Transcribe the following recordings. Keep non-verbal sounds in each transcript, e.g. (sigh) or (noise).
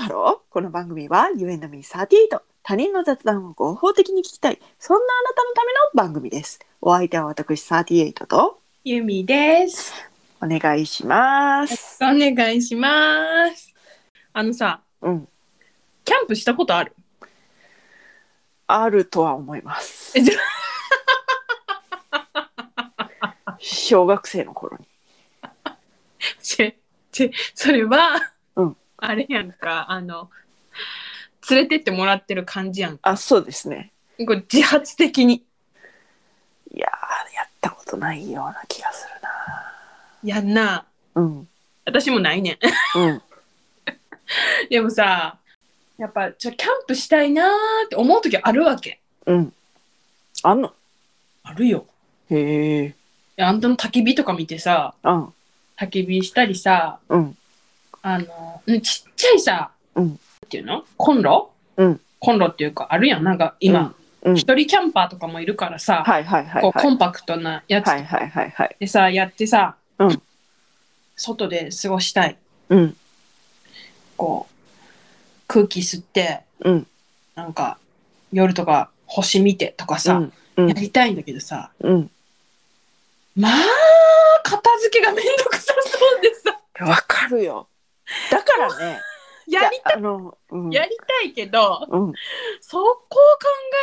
ハローこの番組は You and me38 他人の雑談を合法的に聞きたいそんなあなたのための番組ですお相手は私38とゆみです。お願いしますお願いします。あのさ、うんキャンプしたことある (laughs) あるとは思い (laughs) ますえじゃ小学生の頃にちぇ、ちぇ、それは、うんあれやんか、あの、連れてってもらってる感じやんか。あそうですねこれ自発的に。いやーやったことないような気がするなやんな。うん私もないねん。 (laughs) うんでもさ、やっぱ、ちょ、キャンプしたいなーって思う時あるわけ。うんあんのあるよ。へえあんたの焚き火とか見てさ、うん焚き火したりさ、うんあの、うんちっちゃいさ、うんなんていうのコンロ、うんコンロっていうか、あるやん。なんか今、うんうん一人キャンパーとかもいるからさ、はいはいはいこうはいコンパクトなやはいつはいはいはいでさ、やってさ、うん外で過ごしたい。うんこう、空気吸って、うんなんか、夜とか星見てとかさ、うんうんやりたいんだけどさ、うんまあ、片付けがめんどくさそうでさ、わかるよだからねやりたあのうんやりたいけど、うんそこを考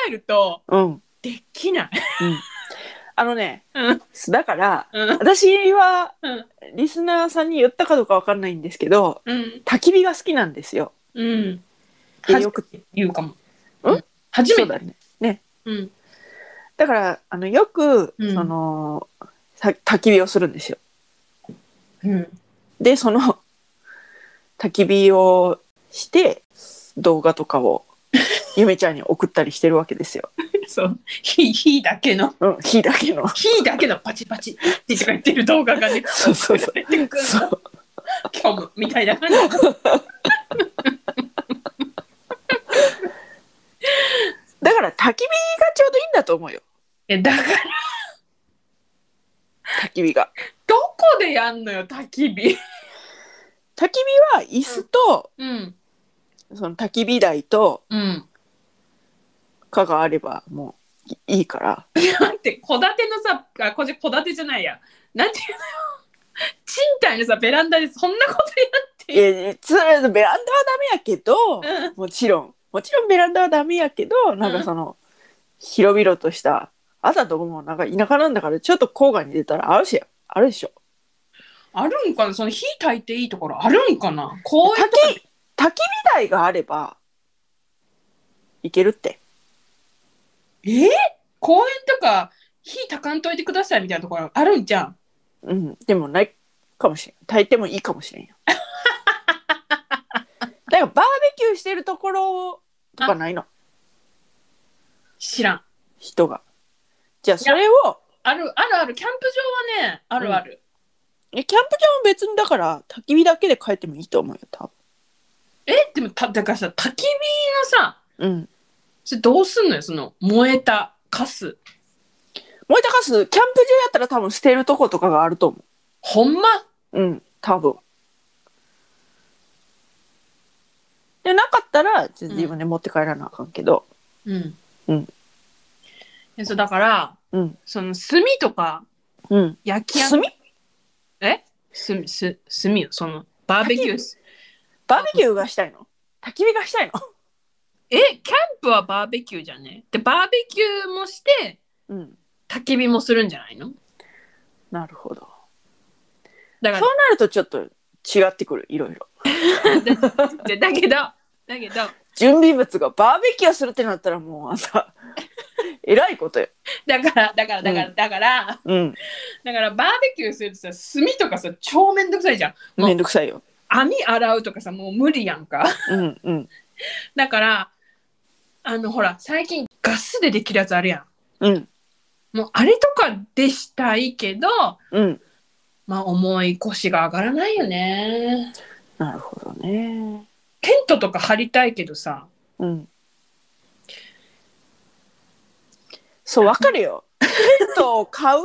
えると、うんできない。あのねうんだからうん私はうんリスナーさんに言ったかどうかわかんないんですけどうん焚き火が好きなんですようん。ではじよく言うかも。ん初そめうて。だねねうん。だからあのよく、うんそのた焚き火をするんですようん。でその焚き火をして動画とかをゆめちゃんに送ったりしてるわけですよ。そう。火、火だけの、うん、火だけの。火だけのパチパチってとか言ってる動画がね、そうそうそう送られてくるのそう虚無みたいな感じ。だから焚き火がちょうどいいんだと思うよ。えだから、焚き火が。どこでやんのよ、焚き火。焚き火は椅子と、うん。その焚き火台とうん。かがあればもういいいから。だって、戸建てのさ、あ、こじ、戸建てじゃないや。なんていうのよ。賃貸のさ、ベランダでそんなこといやつベランダはダメやけど、やうん。もちろんもちろんベランダはダメやけどなんかその、広々とした朝とかもなんか田舎なんだからちょっと郊外に出たらあるしあるでしょ。あるんかなその火焚いていいところあるんかな公園焚きとか焚き火台があればいけるって。えー公園とか火たかんといてくださいみたいなところあるんじゃん。うん、でもないかもしれん。炊いてもいいかもしれんよ。だからバーベキューしてるところとかないの知らん。人が。じゃあそれをあるあるあるキャンプ場はねあるある。いやキャンプ場も別にだから焚き火だけで帰ってもいいと思うよ多えでもただからさ焚き火のさ分。うん。それどうすんのよその燃えたカス。燃えたカスキャンプ場やったら多分捨てるとことかがあると思ほんまう。うん多分。でなかったら自分で持って帰らなあかんけど。うん。うんえそうだからうんその炭とかうん。焼き上炭げえ炭す炭よそのバーベキューすバーベキューがしたいの焚き火がしたいのえキャンプはバーベキューじゃねでバーベキューもしてうん。焚き火もするんじゃないのなるほど。だからそうなるとちょっと違ってくるいろいろ (laughs) でだけどだけど準備物がバーベキューするってなったらもうあんた (laughs) えらいことよだからだからだから、だからうんだからバーベキューするとさ炭とかさ超めんどくさいじゃんもうめんどくさいよ網洗うとかさもう無理やんか (laughs) うんうんだからあのほら最近ガスでできるやつあるやうんんもうあれとかでしたいけどうんまあ重い腰が上がらないよねなるほどねテントとか張りたいけどさうんそうわかるよテントを買う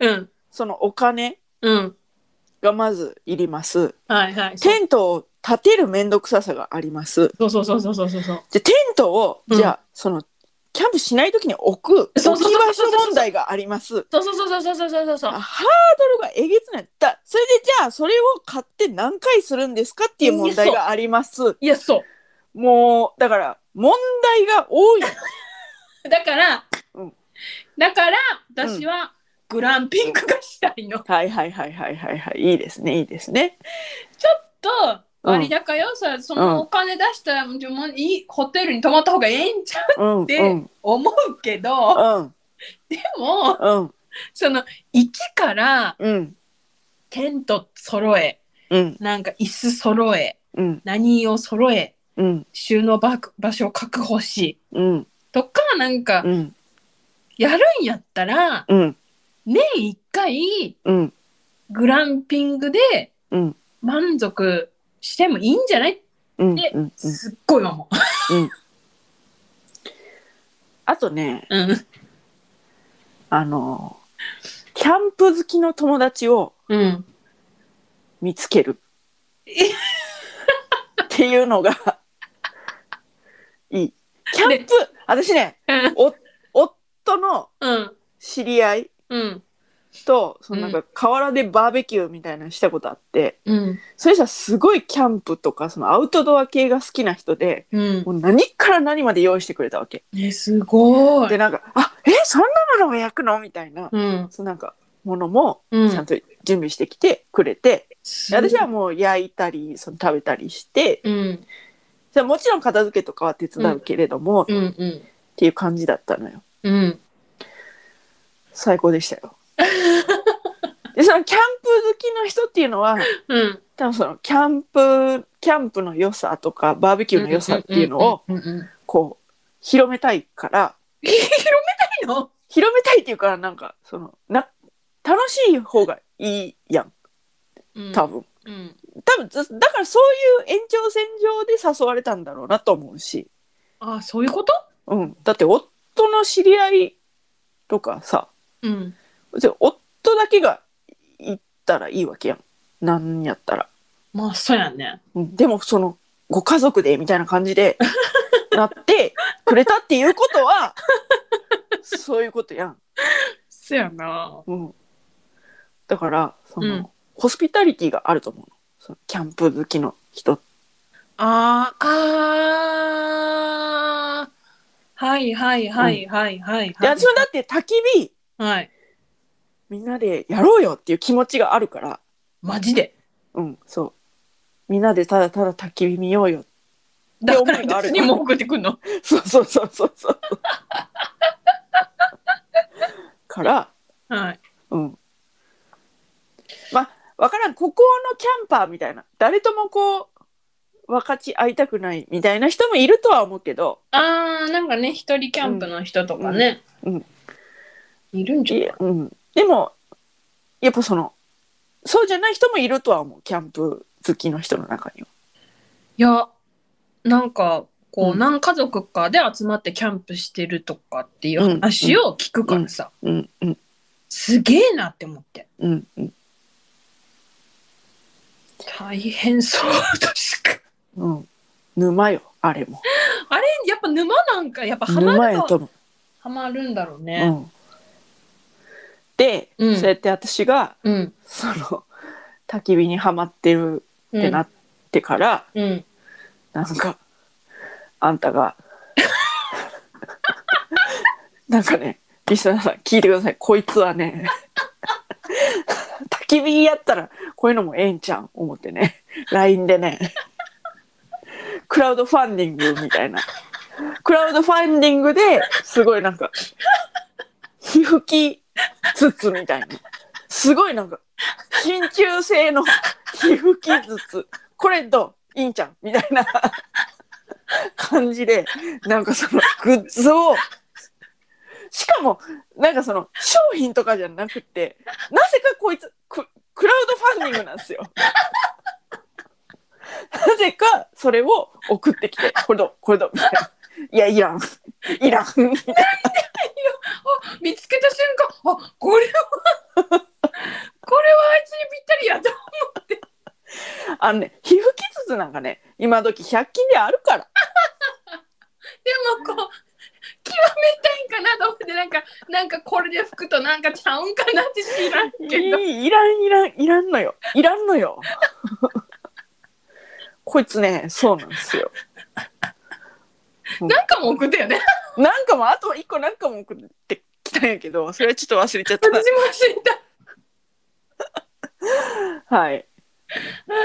うんそのお金うんがまずいりますはいはいそうテントを建てる面倒くささがあります。そうそうそうそうそうそうそうでテントを、うんじゃあそのキャンプしない時に置く置きそ場うそうそうそう所問題があります。そうそうそうそうそうそうそうあハードルがえげつないだそれでじゃあそれを買って何回するんですかっていう問題がありますいやそもうだから問題が (laughs) 多いうだから、うんだから私はグランピングがしたいの、はいはいはいはいはいはいいいですねいいですねとうん割高よさそのお金出したら、自分いいホテルに泊まった方がええんちゃううんうんでうん思うけどでもうんその一からうんテント揃えうんなんか椅子揃えうん何を揃えうん収納バッグ場所を確保しうんとかなんかうんやるんやったらうん年1回うんグランピングでうん満足してもいいんじゃないっうんでうんてすっごい思う。あとねうんあのキャンプ好きの友達をうん、見つけるっていうのがいいキャンプ私ねうんお夫のうん知り合いうんとそのなんか河原でバーベキューみたいなのしたことあって、うんそれさすごいキャンプとかそのアウトドア系が好きな人でうんもう何から何まで用意してくれたわけねすごでい。なんか「あえそんなものを焼くの?」みたいな、うんそのなんかものもうんちゃんと準備してきてくれて、私で私はもう焼いたりその食べたりしてうんじゃあもちろん片付けとかは手伝うけれども、っうんうんていう感じだったのようん最高でした (laughs) よでそのキャンプ好きの人っていうのはうん多分そのキャンプキャンプの良さとかバーベキューの良さっていうのをうんうんうんうんうんこう広めたいから広めたいの広めたいっていうからなんかそのな楽しい方がいいやんうん多分、うん多分ずだからそういう延長線上で誘われたんだろうなと思うし、あそういうことうん、だって夫の知り合いとかさ、うんじゃあ夫だけが行ったらいいわけやんなんやったら、まあそうやんね。うんでもそのご家族でみたいな感じ (laughs) でなってくれたっていうことはそういうことやん、そうやな。うん、だからその、うんホスピタリティがあると思うのそのキャンプ好きの人あーあーはいはいはいはいはいいはやいそれだって焚き火はいみんなでやろうよっていう気持ちがあるからマジでうんそうみんなでただただ焚き火見ようよだから思いがある私にも送ってくんのそうそうそうそうそう。から、はいうん。まあ、わからん、ここのキャンパーみたいな、誰ともこう、分かち合いたくないみたいな人もいるとは思うけど、あーなんかね一人キャンプの人とかね、うんうんいるんじゃいやうん。でも、やっぱその、そうじゃない人もいるとは思う、キャンプ好きの人の中には。いやなんかこう、うん何家族かで集まってキャンプしてるとかっていう話を聞くからさ、うん、うん、すげえなって思ってうん、うん。大変そう確かうん、沼よ、あれも。 (laughs) あれやっぱ沼なんかやっぱハマ沼るやのと思う。ハマるんだろううね。ん。で、うんそうやって私が、うん。その焚き火にはまってるうってなってから、うん。なんかあんたが (laughs) なんかねリスナーさん聞いてくださいこいつはね焚き火やったらこういうのもええんちゃん思ってね LINE でねクラウドファンディングみたいなクラウドファンディングですごいなんか皮膚き筒みたいなすごいなんか真鍮製の皮膚き筒これどういいんちゃんみたいな感じでなんかそのグッズをしかもなんかその商品とかじゃなくてなぜかこいつククラウドファンディングなんですよ。なぜかそれを送ってきてこれどうこれどうみたいな。いやいらんいらんみたいな見つけた瞬 (laughs) 間、あ、これは。これはあいつにぴったりやと思って。あのね皮膚傷なんかね今時100均であるからでもこう極めたいんかなと思ってなんかなんかこれで拭くとなんかちゃうんかなって知らんいけどいいらんいらんいらんのよいらんのよこいつねそうなんですよなんかも送ったよねなんかもあと一個なんかも送ってきたんやけどそれはちょっと忘れちゃった私も知ったはいあー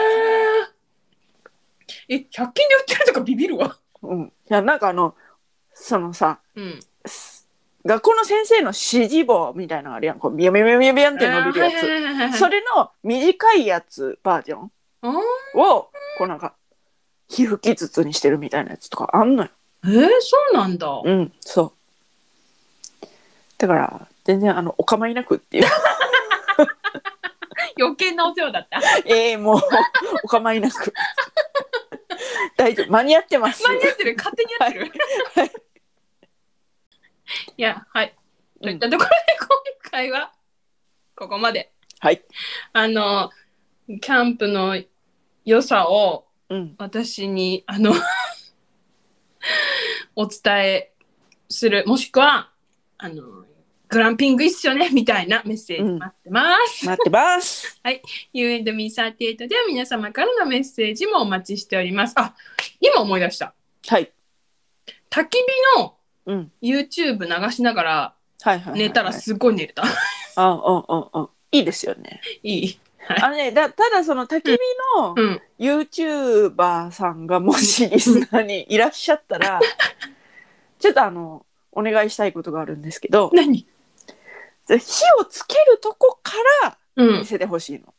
え100均で売ってるとかビビるわうんいやなんかあのそのさうんす学校の先生の指示棒みたいなのあるやんこうビヨビヨビヨビヨビヨンって伸びるやあーつはいはいはいはいそれの短いやつバージョンあーをこうなんか皮膚傷つにしてるみたいなやつとかあんのよえー、そうなんだうんそうだから全然あのお構いなくって (laughs) いう余計なお世話だったええもうお構いなく大丈夫間に合ってます間に合ってる勝手にやってる、、はいやはいといったところで今回はここまではいあのキャンプの良さをうん私にあの (laughs) お伝えするもしくはあのグランピングいいっすよねみたいなメッセージ待ってます。待ってます You and me38 では皆様からのメッセージもお待ちしております。あ今思い出した。はい焚き火のうん YouTube 流しながらはいはいはいはい、寝たらすごい寝れた。あうんうんうんい (laughs) いですよねいい。あのねだただその焚き火のうん。 YouTuber さんがもしリスナーにいらっしゃった (laughs) らちょっとあのお願いしたいことがあるんですけど何火をつけるとこかうら見ん。せてほしいの。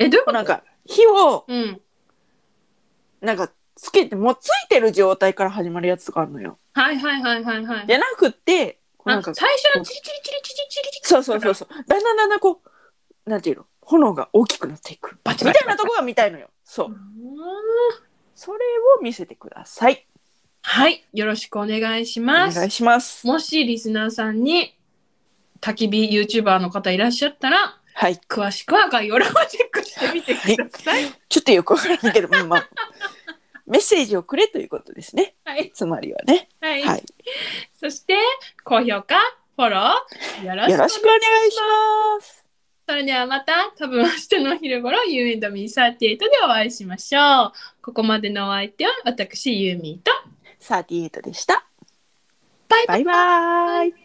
え、どういうことなんか火をうん。なんかつけてもうついてる状態から始まるやつとかあるのよ。はいはいはいはいはい。じゃなくてこうなあんか最初のチリチリチリチリチリチリそうそうそうそうだんだんだんだんこうなんていうの炎が大きくなっていくバチみバたチいなとこが見たいのよ。そううーんそれを見せてください。はい。よろしくお願いしおます。願いします。もしリスナーさんに焚き火 YouTuber の方いらっしゃったら、はい詳しくは概要欄をチェックしてみてください。ちょっとよくわからないけど、ま (laughs) あ、メッセージをくれということですね。はい。つまりはね。はい。はい。そして、高評価、フォロー、よろしくよろしくお願いします。それではまた、多分明日のお昼頃、You and me38 でお会いしましょう。ここまでのお相手は、私、ユーミーと、 38でした。バイバイバイバイ。